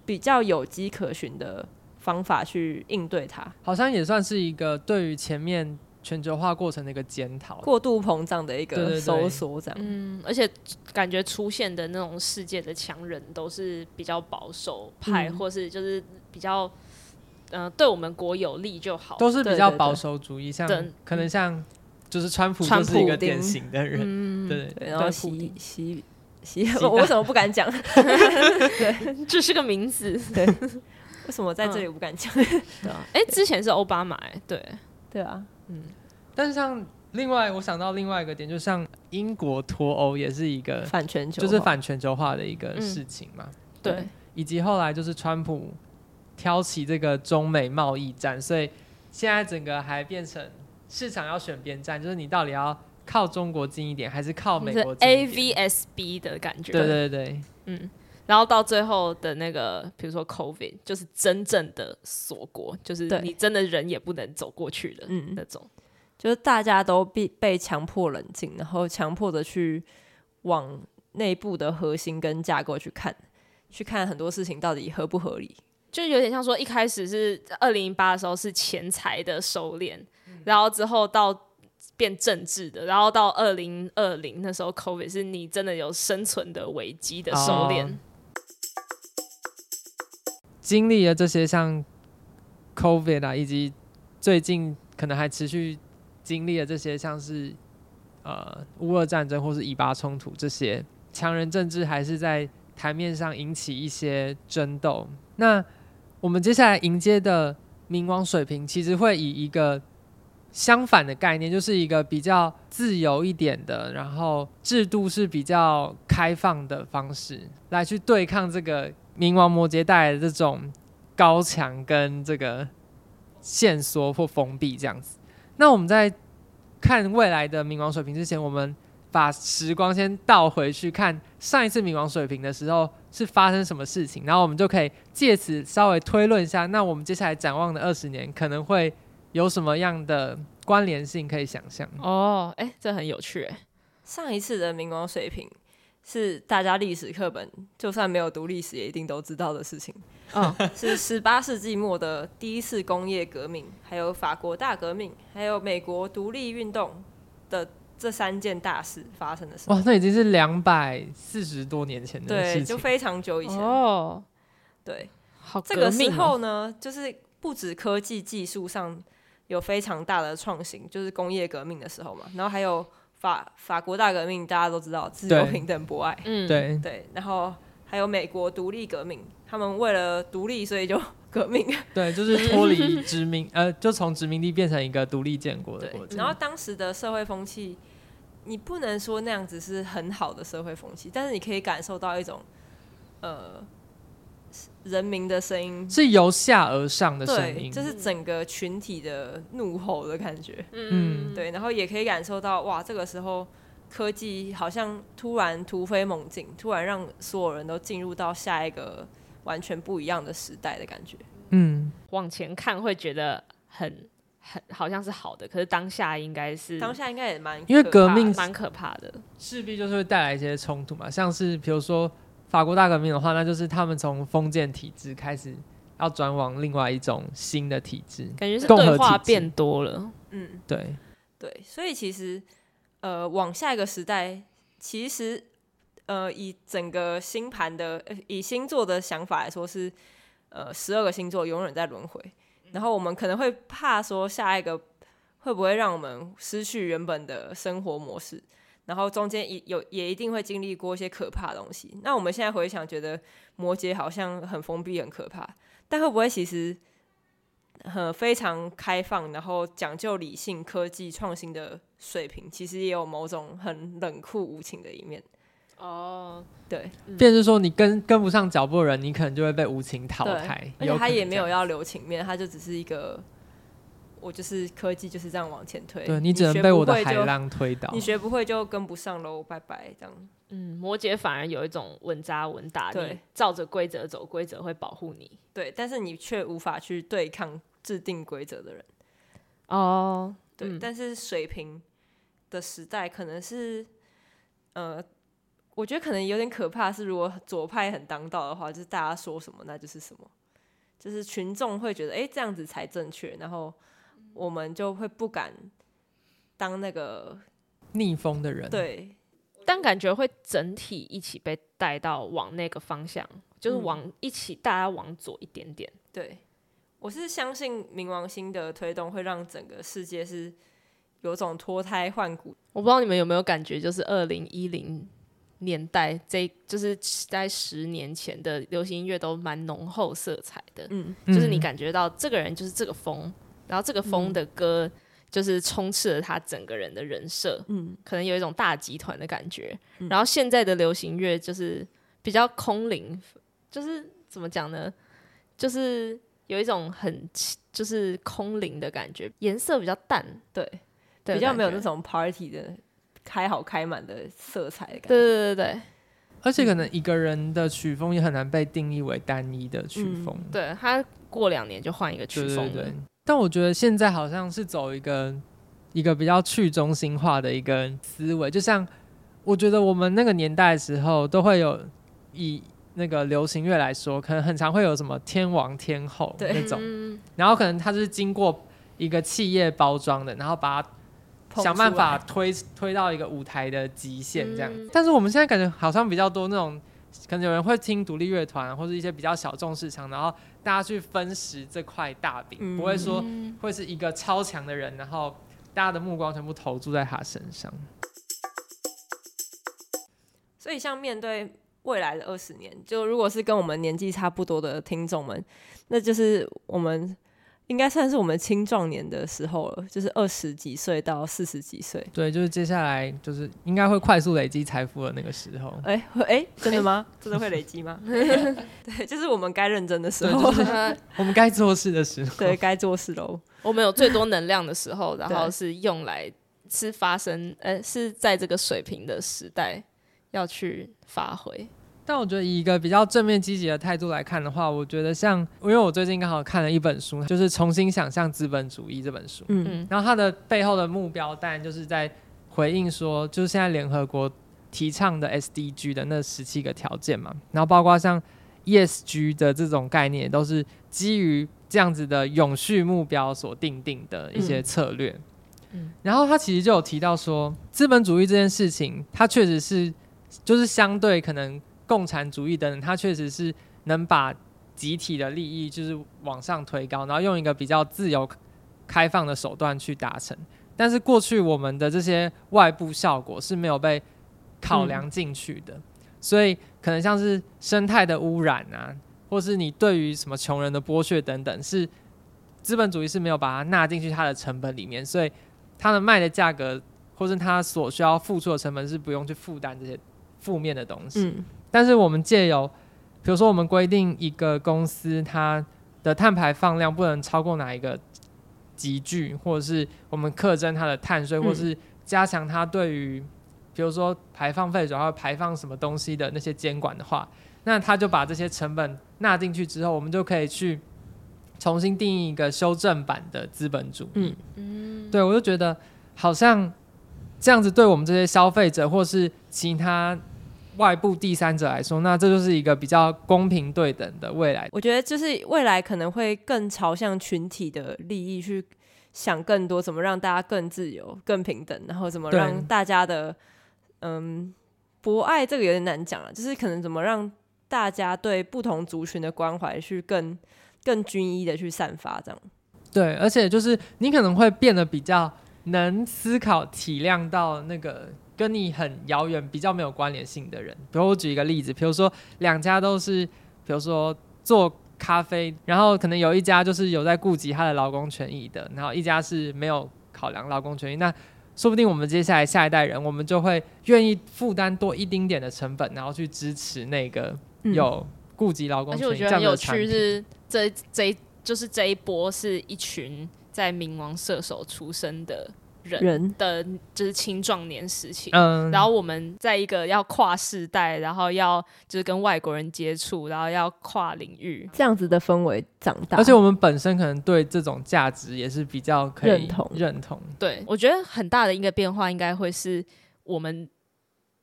[SPEAKER 1] 比较有迹可循的方法去应对它。
[SPEAKER 2] 好像也算是一个对于前面全球化过程的一个检讨。
[SPEAKER 1] 过度膨胀的一
[SPEAKER 2] 哦对对
[SPEAKER 1] 个
[SPEAKER 2] 对
[SPEAKER 1] 收缩，这样
[SPEAKER 3] 嗯，而且感觉出现的那种世界的强人都是比较保守派，
[SPEAKER 1] 嗯
[SPEAKER 3] 或是就是比较，嗯、对我们国有利就好。
[SPEAKER 2] 都是比
[SPEAKER 1] 对
[SPEAKER 2] 较
[SPEAKER 1] 对对嗯
[SPEAKER 2] 保守主义，像
[SPEAKER 3] 对
[SPEAKER 2] 可能像就是川普
[SPEAKER 1] 川
[SPEAKER 2] 就是一
[SPEAKER 1] 普
[SPEAKER 2] 个典
[SPEAKER 1] 丁
[SPEAKER 2] 型的人，
[SPEAKER 3] 嗯，
[SPEAKER 2] 对
[SPEAKER 1] 对，然后
[SPEAKER 2] 普
[SPEAKER 1] 洗
[SPEAKER 2] 丁
[SPEAKER 1] 洗洗， <laughs>
[SPEAKER 2] 洗
[SPEAKER 1] 我我
[SPEAKER 2] 大
[SPEAKER 1] 为什么不敢讲？
[SPEAKER 3] 这是个名字。
[SPEAKER 1] 为什么在
[SPEAKER 2] 嗯
[SPEAKER 1] 这里我不敢讲？ <laughs>
[SPEAKER 2] 啊
[SPEAKER 3] 哎、之前是奥巴马、哎，对，
[SPEAKER 1] 对啊，
[SPEAKER 2] 但是像另外，我想到另外一个点，就像英国脱欧也是一个
[SPEAKER 1] 反全球
[SPEAKER 2] 就是
[SPEAKER 1] 化
[SPEAKER 2] 反全球化的一个
[SPEAKER 3] 嗯
[SPEAKER 2] 事情嘛，
[SPEAKER 3] 对，
[SPEAKER 2] 以及后来就是川普挑起这个中美贸易战，所以现在整个还变成市场要选边站，就是你到底要靠中国近一点，还是靠哦美
[SPEAKER 3] 是
[SPEAKER 2] 国近一
[SPEAKER 3] A
[SPEAKER 2] 点
[SPEAKER 3] V S B 的感觉。
[SPEAKER 2] 对对对，
[SPEAKER 3] 嗯，然后到最后的那个，比如说 COVID，就是真正的锁国，就是
[SPEAKER 1] 对
[SPEAKER 3] 你真的人也不能走过去的
[SPEAKER 1] 嗯
[SPEAKER 3] 那种。
[SPEAKER 1] 就是大家都被被强迫冷静，然后强迫的去往内部的核心跟架构去看，去看很多事情到底合不合理。
[SPEAKER 3] 就有点像说一开始是二零零八的时候是钱财的收敛，然后之后到变政治的，然后到二零二零那时候 COVID 是你真的有生存的危机的收敛。
[SPEAKER 2] 哦经历了这些像 COVID 啊，以及最近可能还持续经历了这些像是呃乌俄战争或是以巴冲突这些，强人政治还是在台面上引起一些争斗。那我们接下来迎接的冥王水平，其实会以一个相反的概念，就是一个比较自由一点的，然后制度是比较开放的方式来去对抗这个冥王摩羯带来的这种高墙跟这个限缩或封闭这样子。那我们在看未来的冥王水平之前，我们把时光先倒回去看上一次冥王水平的时候是发生什么事情，然后我们就可以借此稍微推论一下，那我们接下来展望的二十年可能会有什么样的关联性可以想象？
[SPEAKER 3] 哦，哎、这很有趣、哎，
[SPEAKER 1] 上一次的冥王水平是大家历史课本就算没有读历史也一定都知道的事情，
[SPEAKER 4] 哦，
[SPEAKER 1] 是十八世纪末的第一次工业革命，还有法国大革命，还有美国独立运动的这三件大事发生的事。
[SPEAKER 2] 哇，那已经是两百四十多年前的
[SPEAKER 1] 对，
[SPEAKER 2] 事
[SPEAKER 1] 就
[SPEAKER 2] 情。
[SPEAKER 1] 非常久以前。
[SPEAKER 4] 哦，
[SPEAKER 1] 对，
[SPEAKER 3] 好
[SPEAKER 1] 这
[SPEAKER 3] 革
[SPEAKER 1] 个时
[SPEAKER 3] 命、哦
[SPEAKER 1] 候呢，就是不止科技技术上有非常大的创新，就是工业革命的时候嘛，然后还有法法国大革命，大家都知道自由、
[SPEAKER 2] 对
[SPEAKER 1] 平等、博爱，
[SPEAKER 3] 嗯，
[SPEAKER 2] 对，
[SPEAKER 1] 对，然后还有美国独立革命，他们为了独立，所以就 <laughs> 革命，
[SPEAKER 2] 对，就是脱离殖民，呃，就从殖民地变成一个独立建国的
[SPEAKER 1] 对
[SPEAKER 2] 国，
[SPEAKER 1] 然
[SPEAKER 2] 家。
[SPEAKER 1] 后当时的社会风气，你不能说那样子是很好的社会风气，但是你可以感受到一种，呃，人民的声音
[SPEAKER 2] 是由下而上的声
[SPEAKER 1] 对，
[SPEAKER 2] 音，
[SPEAKER 1] 就是整个群体的怒吼的感觉。
[SPEAKER 2] 嗯
[SPEAKER 3] 嗯，
[SPEAKER 1] 对，然后也可以感受到，哇，这个时候科技好像突然突飞猛进，突然让所有人都进入到下一个完全不一样的时代的感觉。
[SPEAKER 2] 嗯，
[SPEAKER 3] 往前看会觉得很很好像是好的，可是当下应该是
[SPEAKER 1] 当下应该也蛮
[SPEAKER 2] 因为
[SPEAKER 1] 可
[SPEAKER 2] 革
[SPEAKER 1] 怕
[SPEAKER 2] 命
[SPEAKER 3] 蛮可怕的。
[SPEAKER 2] 势必就是会带来一些冲突嘛，像是比如说法国大革命的话，那就是他们从封建体制开始要转往另外一种新的体制，
[SPEAKER 3] 感觉是
[SPEAKER 2] 共和
[SPEAKER 3] 对话
[SPEAKER 2] 体制
[SPEAKER 3] 变多了，
[SPEAKER 1] 嗯，
[SPEAKER 2] 对，
[SPEAKER 1] 对，所以其实呃，往下一个时代，其实呃，以整个星盘的呃以星座的想法来说是，呃，十二个星座永远在轮回。然后我们可能会怕说下一个会不会让我们失去原本的生活模式，然后中间一有也一定会经历过一些可怕的东西。那我们现在回想，觉得摩羯好像很封闭、很可怕，但会不会其实呃非常开放，然后讲究理性、科技创新的水平，其实也有某种很冷酷无情的一面。
[SPEAKER 3] 哦，
[SPEAKER 1] 对，
[SPEAKER 2] 便是说你跟跟不上脚步的人，你可能就会被无情淘汰，
[SPEAKER 1] 而且
[SPEAKER 2] 有可
[SPEAKER 1] 他
[SPEAKER 2] 能
[SPEAKER 1] 也没有
[SPEAKER 2] 这样
[SPEAKER 1] 要留情面，他就只是一个，我就是科技就是这样往前推，
[SPEAKER 2] 对你只能
[SPEAKER 1] 学
[SPEAKER 2] 被
[SPEAKER 1] 不
[SPEAKER 2] 我的
[SPEAKER 1] 会
[SPEAKER 2] 海
[SPEAKER 1] 就，
[SPEAKER 2] 浪推倒
[SPEAKER 1] 你，学不会就跟不上喽，拜拜，这样。
[SPEAKER 3] 嗯，摩羯反而有一种稳扎稳打，
[SPEAKER 1] 对
[SPEAKER 3] 你照着规则走，规则会保护你。
[SPEAKER 1] 对，但是你却无法去对抗制定规则的人。
[SPEAKER 3] 哦，
[SPEAKER 1] 对，
[SPEAKER 3] 嗯
[SPEAKER 1] 但是水平的时代可能是，呃，我觉得可能有点可怕。是如果左派很当道的话，就是大家说什么那就是什么，就是群众会觉得哎、诶这样子才正确，然后我们就会不敢当那个
[SPEAKER 2] 逆风的
[SPEAKER 3] 嗯
[SPEAKER 2] 人，，
[SPEAKER 1] 对
[SPEAKER 3] 但感觉会整体一起被带到往那个方向，就是
[SPEAKER 1] 嗯
[SPEAKER 3] 往、一起大家往左一点点。
[SPEAKER 1] 对。我是相信冥王星的推动会让整个世界是有种脱胎换骨
[SPEAKER 3] 我不知道你们有没有感觉，就是二零一零年代这就是在十年前的流行音乐都蛮浓厚色彩的，
[SPEAKER 1] 嗯，嗯
[SPEAKER 3] 就是你感觉到这个人就是这个风，然后这个风的歌就是充斥了他整个人的人设，
[SPEAKER 1] 嗯，
[SPEAKER 3] 可能有一种大集团的感觉。然后现在的流行乐就是比较空灵，就是怎么讲呢？就是有一种很就是空灵的感觉，颜色比较淡，
[SPEAKER 1] 对，
[SPEAKER 3] 对
[SPEAKER 1] 比较没有那
[SPEAKER 3] 感觉
[SPEAKER 1] 种 party 的开好开满的色彩的感觉。
[SPEAKER 3] 对对对对
[SPEAKER 1] 嗯
[SPEAKER 2] 而且可能一个人的曲风也很难被定义为单一的曲
[SPEAKER 1] 嗯
[SPEAKER 2] 风，
[SPEAKER 3] 对，对他过两年就换一个曲
[SPEAKER 2] 对
[SPEAKER 3] 风
[SPEAKER 2] 对
[SPEAKER 3] 了。
[SPEAKER 2] 对。但我觉得现在好像是走一个一个比较去中心化的一个思维，就像我觉得我们那个年代的时候，都会有以那个流行乐来说，可能很常会有什么天王天后
[SPEAKER 1] 对
[SPEAKER 2] 那种，
[SPEAKER 3] 嗯，
[SPEAKER 2] 然后可能它就是经过一个企业包装的，然后把它想办法推 <laughs> 推到一个舞台的极限这样。
[SPEAKER 3] 嗯
[SPEAKER 2] 但是我们现在感觉好像比较多那种，可能有人会听独立乐团或者一些比较小众市场，然后大家去分食这块大饼，
[SPEAKER 1] 嗯
[SPEAKER 2] 不会
[SPEAKER 3] <laughs>
[SPEAKER 2] 说会是一个超强的人，然后大家的目光全部投注在他身上。
[SPEAKER 1] 所以，像面对未来的二十年，就如果是跟我们年纪差不多的听众们，那就是我们应该算是我们青壮年的时候了，就是二十几岁到四十几岁。
[SPEAKER 2] 对，就是接下来就是应该会快速累积财富的那个时候。
[SPEAKER 1] 哎、会哎、真的吗？ <laughs> 真的会累积吗？对，就是我们该认真的时候， <laughs>
[SPEAKER 3] 呃
[SPEAKER 2] 我们该做事的时候，
[SPEAKER 1] 对，该做事喽。
[SPEAKER 3] 我们有最多能量的时候，然后
[SPEAKER 1] 对
[SPEAKER 3] 是用来是发生，呃，是在这个水平的时代要去发挥。
[SPEAKER 2] 但我觉得以一个比较正面积极的态度来看的话，我觉得像，因为我最近刚好看了一本书，就是《重新想象资本主义》这本书，
[SPEAKER 1] 嗯，
[SPEAKER 3] 嗯
[SPEAKER 2] 然后它的背后的目标当然就是在回应说，就是现在联合国提倡的 SDG 的那十七个条件嘛，然后包括像 ESG 的这种概念，都是基于这样子的永续目标所定定的一些策略。
[SPEAKER 3] 嗯
[SPEAKER 2] 然后他其实就有提到说，资本主义这件事情，它确实是就是相对可能共产主义等等，它确实是能把集体的利益就是往上推高，然后用一个比较自由开放的手段去达成。但是过去我们的这些外部效果是没有被考量进去的，所以可能像是生态的污染啊，或是你对于什么穷人的剥削等等，是资本主义是没有把它纳进去它的成本里面，所以它的卖的价格或是它所需要付出的成本是不用去负担这些负面的东西。
[SPEAKER 1] 嗯
[SPEAKER 2] 但是我们借由，比如说我们规定一个公司它的碳排放量不能超过哪一个集距，或者是我们课征它的碳税，
[SPEAKER 1] 嗯
[SPEAKER 2] 或是加强它对于，比如说排放废水还有排放什么东西的那些监管的话，那它就把这些成本纳进去之后，我们就可以去重新定义一个修正版的资本主义。
[SPEAKER 1] 嗯
[SPEAKER 3] 嗯，
[SPEAKER 2] 对我就觉得好像这样子对我们这些消费者或是其他外部第三者来说，那这就是一个比较公平对等的未来。
[SPEAKER 1] 我觉得就是未来可能会更朝向群体的利益去想更多，怎么让大家更自由、更平等，然后怎么
[SPEAKER 2] 对
[SPEAKER 1] 让大家的嗯博爱这个有点难讲了，就是可能怎么让大家对不同族群的关怀去更更均一的去散发这样。
[SPEAKER 2] 对，而且就是你可能会变得比较能思考、体谅到那个跟你很遥远、比较没有关联性的人。比如我举一个例子，比如说两家都是，比如说做咖啡，然后可能有一家就是有在顾及他的劳工权益的，然后一家是没有考量劳工权益。那说不定我们接下来下一代人，我们就会愿意负担多一丁点的成本，然后去支持那个
[SPEAKER 1] 嗯
[SPEAKER 2] 有顾及劳工
[SPEAKER 3] 而且
[SPEAKER 2] 权
[SPEAKER 3] 我
[SPEAKER 2] 益这
[SPEAKER 3] 觉
[SPEAKER 2] 样
[SPEAKER 3] 得
[SPEAKER 2] 的
[SPEAKER 3] 很有
[SPEAKER 2] 产
[SPEAKER 3] 趣
[SPEAKER 2] 品。
[SPEAKER 3] 是这这一就是这一波是一群在冥王射手出生的人
[SPEAKER 1] 人
[SPEAKER 3] 的，就是青壮年时期。
[SPEAKER 2] 嗯，
[SPEAKER 3] 然后我们在一个要跨世代，然后要就是跟外国人接触，然后要跨领域，
[SPEAKER 1] 这样子的氛围长大，
[SPEAKER 2] 而且我们本身可能对这种价值也是比较可以
[SPEAKER 1] 认同
[SPEAKER 2] 认同。
[SPEAKER 3] 对，我觉得很大的一个变化应该会是我们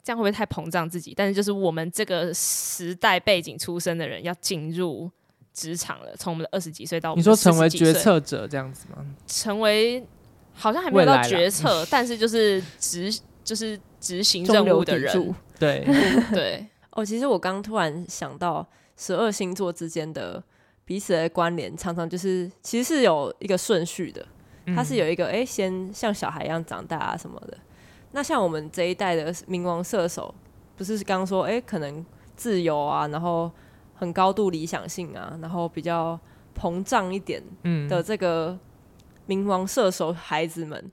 [SPEAKER 3] 这样会不会太膨胀自己？但是就是我们这个时代背景出身的人要进入职场了，从我们的二十几岁哦到我
[SPEAKER 2] 你
[SPEAKER 3] 们
[SPEAKER 2] 说
[SPEAKER 3] 的40
[SPEAKER 2] 成为
[SPEAKER 3] 几
[SPEAKER 2] 决
[SPEAKER 3] 岁，
[SPEAKER 2] 策者这样子吗？
[SPEAKER 3] 成为好像还没有
[SPEAKER 2] 未
[SPEAKER 3] 到
[SPEAKER 2] 来啦
[SPEAKER 3] 决策，但是就是执 <laughs> 就是执行
[SPEAKER 1] 中
[SPEAKER 3] 任
[SPEAKER 1] 流
[SPEAKER 3] 务的
[SPEAKER 1] 砥柱
[SPEAKER 3] 人，。 <laughs>
[SPEAKER 2] 对，
[SPEAKER 3] 对，
[SPEAKER 1] 哦，其实我刚突然想到，十二星座之间的彼此的关联，常常就是其实是有一个顺序的，
[SPEAKER 2] 嗯
[SPEAKER 1] 它是有一个哎、诶先像小孩一样长大啊什么的。那像我们这一代的冥王射手，不是刚说哎、诶可能自由啊，然后很高度理想性啊，然后比较膨胀一点
[SPEAKER 2] 嗯
[SPEAKER 1] 的这个冥王射手孩子们，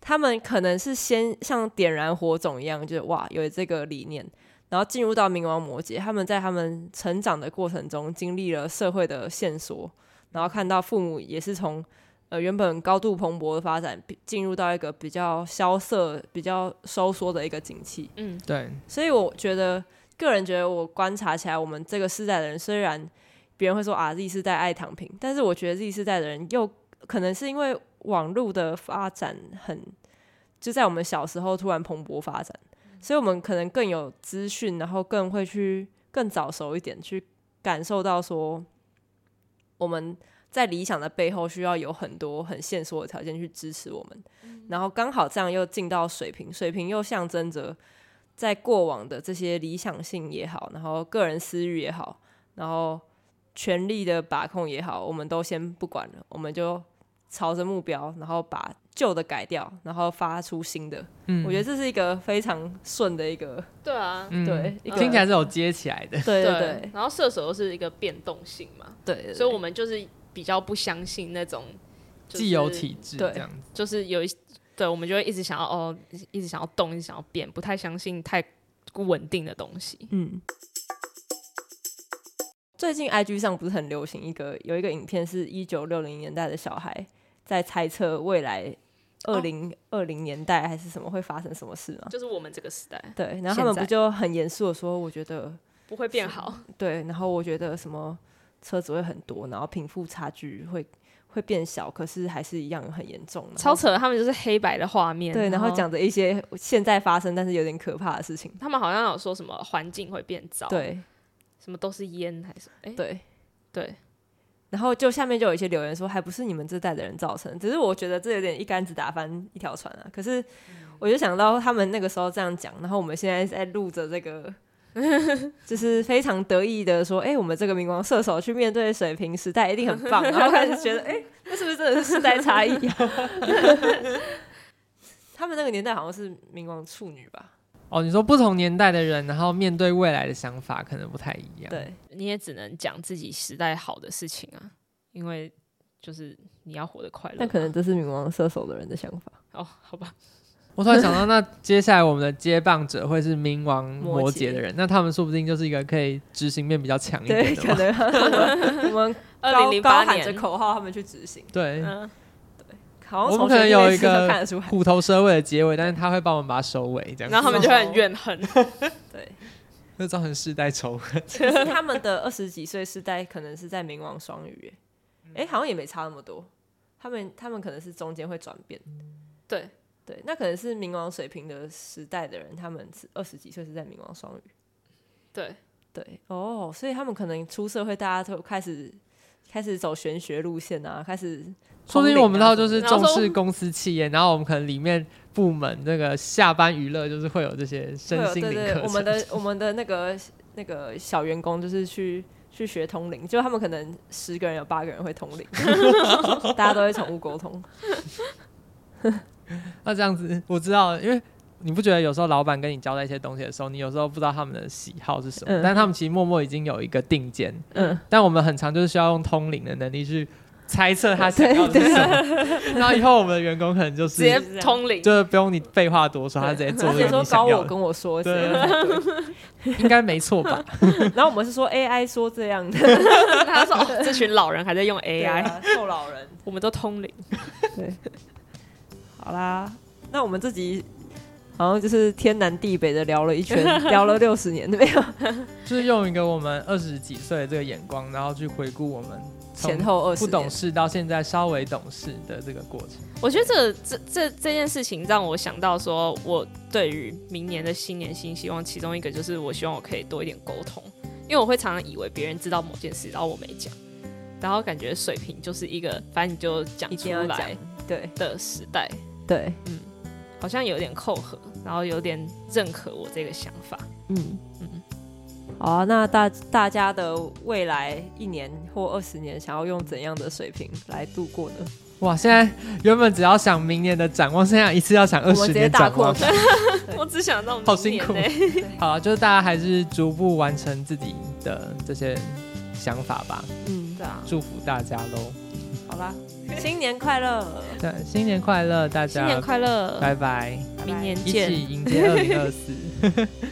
[SPEAKER 1] 他们可能是先像点燃火种一样，就是哇有这个理念，然后进入到冥王摩羯，他们在他们成长的过程中经历了社会的线索，然后看到父母也是从呃原本高度蓬勃的发展，比进入到一个比较萧瑟、比较收缩的一个景气，
[SPEAKER 3] 嗯，
[SPEAKER 2] 对，
[SPEAKER 1] 所以我觉得，个人觉得，我观察起来，我们这个世代的人，虽然别人会说啊，Z 世代爱躺平，但是我觉得 Z 世代的人又可能是因为网络的发展很，就在我们小时候突然蓬勃发展，所以我们可能更有资讯，然后更会去更早熟一点，去感受到说我们在理想的背后需要有很多很线索的条件去支持我们，然后刚好这样又进到水平，水平又象征着在过往的这些理想性也好，然后个人私欲也好，然后权力的把控也好，我们都先不管了，我们就朝着目标，然后把旧的改掉，然后发出新的。
[SPEAKER 2] 嗯
[SPEAKER 1] 我觉得这是一个非常顺的一个，
[SPEAKER 3] 对啊，
[SPEAKER 2] 嗯
[SPEAKER 1] 对一个
[SPEAKER 2] 听起来是有接起来的。
[SPEAKER 1] 对对
[SPEAKER 3] 对
[SPEAKER 1] 对。
[SPEAKER 3] 然后射手又是一个变动性嘛，
[SPEAKER 1] 对对对
[SPEAKER 3] 所以我们就是比较不相信那种、就是
[SPEAKER 2] 既有体制
[SPEAKER 1] 对
[SPEAKER 2] 这样子，
[SPEAKER 3] 就是有一对，我们就会一直想要哦，一直想要动，一直想要变，不太相信太稳定的东西。
[SPEAKER 1] 嗯。最近 IG 上不是很流行一个有一个影片，是一九六零年代的小孩在猜测未来二
[SPEAKER 3] 哦
[SPEAKER 1] 零二零年代还是什么会发生什么事吗？
[SPEAKER 3] 就是我们这个时代
[SPEAKER 1] 对，然后他
[SPEAKER 3] 现
[SPEAKER 1] 们
[SPEAKER 3] 在
[SPEAKER 1] 不就很严肃的说，我觉得
[SPEAKER 3] 不会变好，
[SPEAKER 1] 对，然后我觉得什么车子会很多，然后贫富差距会会变小，可是还是一样很严重，然后
[SPEAKER 3] 超扯的。他们就是黑白的哦画面，
[SPEAKER 1] 对，然
[SPEAKER 3] 然
[SPEAKER 1] 后讲着一些现在发生但是有点可怕的事情，
[SPEAKER 3] 他们好像有说什么环境会变糟，，
[SPEAKER 1] 对
[SPEAKER 3] 什么都是烟还是哎
[SPEAKER 1] 对，
[SPEAKER 3] 对，
[SPEAKER 1] 然后就下面就有一些留言说，还不是你们这代的人造成，只是我觉得这有点一竿子打翻一条船啊。可是我就想到他们那个时候这样讲，然后我们现在在录着这 <laughs> 个，就是非常得意的说，哎、我们这个冥王射手去面对水平时代一定很棒，然后开始觉得，哎、那是不是真的是世代差异啊？ <laughs> 他们那个年代好像是冥王处女吧？
[SPEAKER 2] 哦，你说不同年代的人，然后面对未来的想法可能不太一样。，
[SPEAKER 1] 对，
[SPEAKER 3] 你也只能讲自己时代好的事情啊，因为就是你要活得快乐
[SPEAKER 1] 那
[SPEAKER 3] 嘛。
[SPEAKER 1] 可能这是冥王射手的人的想法。
[SPEAKER 3] 哦，好吧，
[SPEAKER 2] 我突然想到，那接下来我们的接棒者会是冥王
[SPEAKER 1] 摩
[SPEAKER 2] 摩
[SPEAKER 1] 羯
[SPEAKER 2] 羯的
[SPEAKER 3] <laughs>
[SPEAKER 2] 人，那他们说不定就是一个可以执行面比较强一
[SPEAKER 1] 对，
[SPEAKER 2] <laughs> 点的
[SPEAKER 1] 可
[SPEAKER 2] 嘛。
[SPEAKER 1] 能 <laughs> 我们
[SPEAKER 3] 二
[SPEAKER 1] 高
[SPEAKER 3] 零零
[SPEAKER 1] 高
[SPEAKER 3] 八
[SPEAKER 1] 喊着
[SPEAKER 3] 年，
[SPEAKER 1] 口号，他们去执行。
[SPEAKER 2] 对，
[SPEAKER 3] 嗯，
[SPEAKER 1] 好像
[SPEAKER 2] 我们
[SPEAKER 1] 从
[SPEAKER 2] 可能
[SPEAKER 1] 学弟
[SPEAKER 2] 有
[SPEAKER 1] 妹
[SPEAKER 2] 一
[SPEAKER 1] 身上
[SPEAKER 2] 个
[SPEAKER 1] 看得出来，
[SPEAKER 2] <laughs> 虎头蛇尾的结尾，但是他会帮我们把它收尾，这样子，
[SPEAKER 3] 然后他
[SPEAKER 2] <laughs>
[SPEAKER 3] 们就会很
[SPEAKER 1] <laughs>
[SPEAKER 3] 怨恨，
[SPEAKER 1] 对，
[SPEAKER 2] 就造成世代仇恨。
[SPEAKER 1] 可是他们的二十几岁世代可能是在冥王双鱼耶，哎、好像也没差那么多。他们他们可能是中间会转变，
[SPEAKER 3] 对，
[SPEAKER 1] 对，那可能是冥王水平的时代的人，他们是二十几岁是在冥王双鱼，
[SPEAKER 3] 对，
[SPEAKER 1] 对，哦，所以他们可能出社会，大家都开始开始走玄学路线啊，开始啊
[SPEAKER 2] 说不定我们到就是
[SPEAKER 3] 然后
[SPEAKER 2] 重
[SPEAKER 3] 说
[SPEAKER 2] 视公司企业，然后我们可能里面部门那个下班娱乐就是会有这些
[SPEAKER 1] 会
[SPEAKER 2] 身
[SPEAKER 1] 有
[SPEAKER 2] 心
[SPEAKER 1] 对
[SPEAKER 2] 灵
[SPEAKER 1] 对，
[SPEAKER 2] 课
[SPEAKER 1] 我们
[SPEAKER 2] 程。
[SPEAKER 1] 的我们的那个那个小员工就是去去学通灵，就他们可能十个人有八个人会通灵， <laughs> 大家都会宠物沟
[SPEAKER 2] <laughs>
[SPEAKER 1] 通。
[SPEAKER 2] <laughs> 那这样子我知道了，因为你不觉得有时候老板跟你交代一些东西的时候，你有时候不知道他们的喜好是什么，
[SPEAKER 1] 嗯
[SPEAKER 2] 但他们其实默默已经有一个定见，
[SPEAKER 1] 嗯，
[SPEAKER 2] 但我们很常就是需要用通灵的能力去猜测他想要的是什么。 <laughs> 然后以后我们的员工可能就是
[SPEAKER 3] 直接通灵，
[SPEAKER 2] 就是不用你废话多说，他直接做
[SPEAKER 1] 而
[SPEAKER 2] 这
[SPEAKER 1] 且
[SPEAKER 2] 个
[SPEAKER 1] 说高
[SPEAKER 2] 你想要
[SPEAKER 1] 我
[SPEAKER 2] 的，
[SPEAKER 1] 跟我说怎
[SPEAKER 2] 对
[SPEAKER 1] 样才对，
[SPEAKER 2] 应该没错吧？
[SPEAKER 1] <laughs> 然后我们是说 AI 说这样的
[SPEAKER 3] 他说、哦、这群老人还在用
[SPEAKER 1] 对
[SPEAKER 2] <laughs>
[SPEAKER 3] AI，
[SPEAKER 1] 啊臭老人。
[SPEAKER 3] 我们都通灵，
[SPEAKER 1] 好啦，那我们这集好像就是天南地北的聊了一圈，
[SPEAKER 2] <laughs>
[SPEAKER 1] 聊了六十年，没有
[SPEAKER 2] 就是用一个我们二十几岁的这个眼光，然后去回顾我们从
[SPEAKER 1] 前后二十
[SPEAKER 2] 不懂
[SPEAKER 1] 年。
[SPEAKER 2] 事到现在稍微懂事的这个过程。
[SPEAKER 3] 我觉得这个这这这件事情让我想到说，我对于明年的新年新希望，其中一个就是我希望我可以多一点沟通，因为我会常常以为别人知道某件事，然后我没讲，然后感觉水平就是一个，反正你就讲
[SPEAKER 1] 一
[SPEAKER 3] 出
[SPEAKER 1] 定要讲
[SPEAKER 3] 来，
[SPEAKER 1] 对
[SPEAKER 3] 的时代，
[SPEAKER 1] 对，
[SPEAKER 3] 好像有点扣合，然后有点认可我这个想法。
[SPEAKER 1] 嗯
[SPEAKER 3] 嗯，
[SPEAKER 1] 好啊，那大大家的未来一年或二十年，想要用怎样的水平来度过呢？
[SPEAKER 2] 哇！现在原本只要想明年的展望，现在一次要想
[SPEAKER 1] 我
[SPEAKER 2] 二
[SPEAKER 1] 们
[SPEAKER 2] 十
[SPEAKER 1] 直接
[SPEAKER 2] 年
[SPEAKER 1] 大
[SPEAKER 2] 展
[SPEAKER 1] 扩
[SPEAKER 2] 望。
[SPEAKER 1] 展。
[SPEAKER 3] 我只想到明
[SPEAKER 2] 好辛
[SPEAKER 3] 年
[SPEAKER 2] 苦
[SPEAKER 3] 欸
[SPEAKER 2] 好了，就是大家还是逐步完成自己的这些想法吧，
[SPEAKER 1] 嗯，
[SPEAKER 3] 对啊，
[SPEAKER 2] 祝福大家喽！
[SPEAKER 1] 好啦，新年快乐！
[SPEAKER 2] 那新年快乐，大家！
[SPEAKER 3] 新年快乐，
[SPEAKER 2] 拜拜！
[SPEAKER 1] <laughs>
[SPEAKER 3] 明年
[SPEAKER 2] 一
[SPEAKER 3] 见。
[SPEAKER 2] 起迎接二零二四。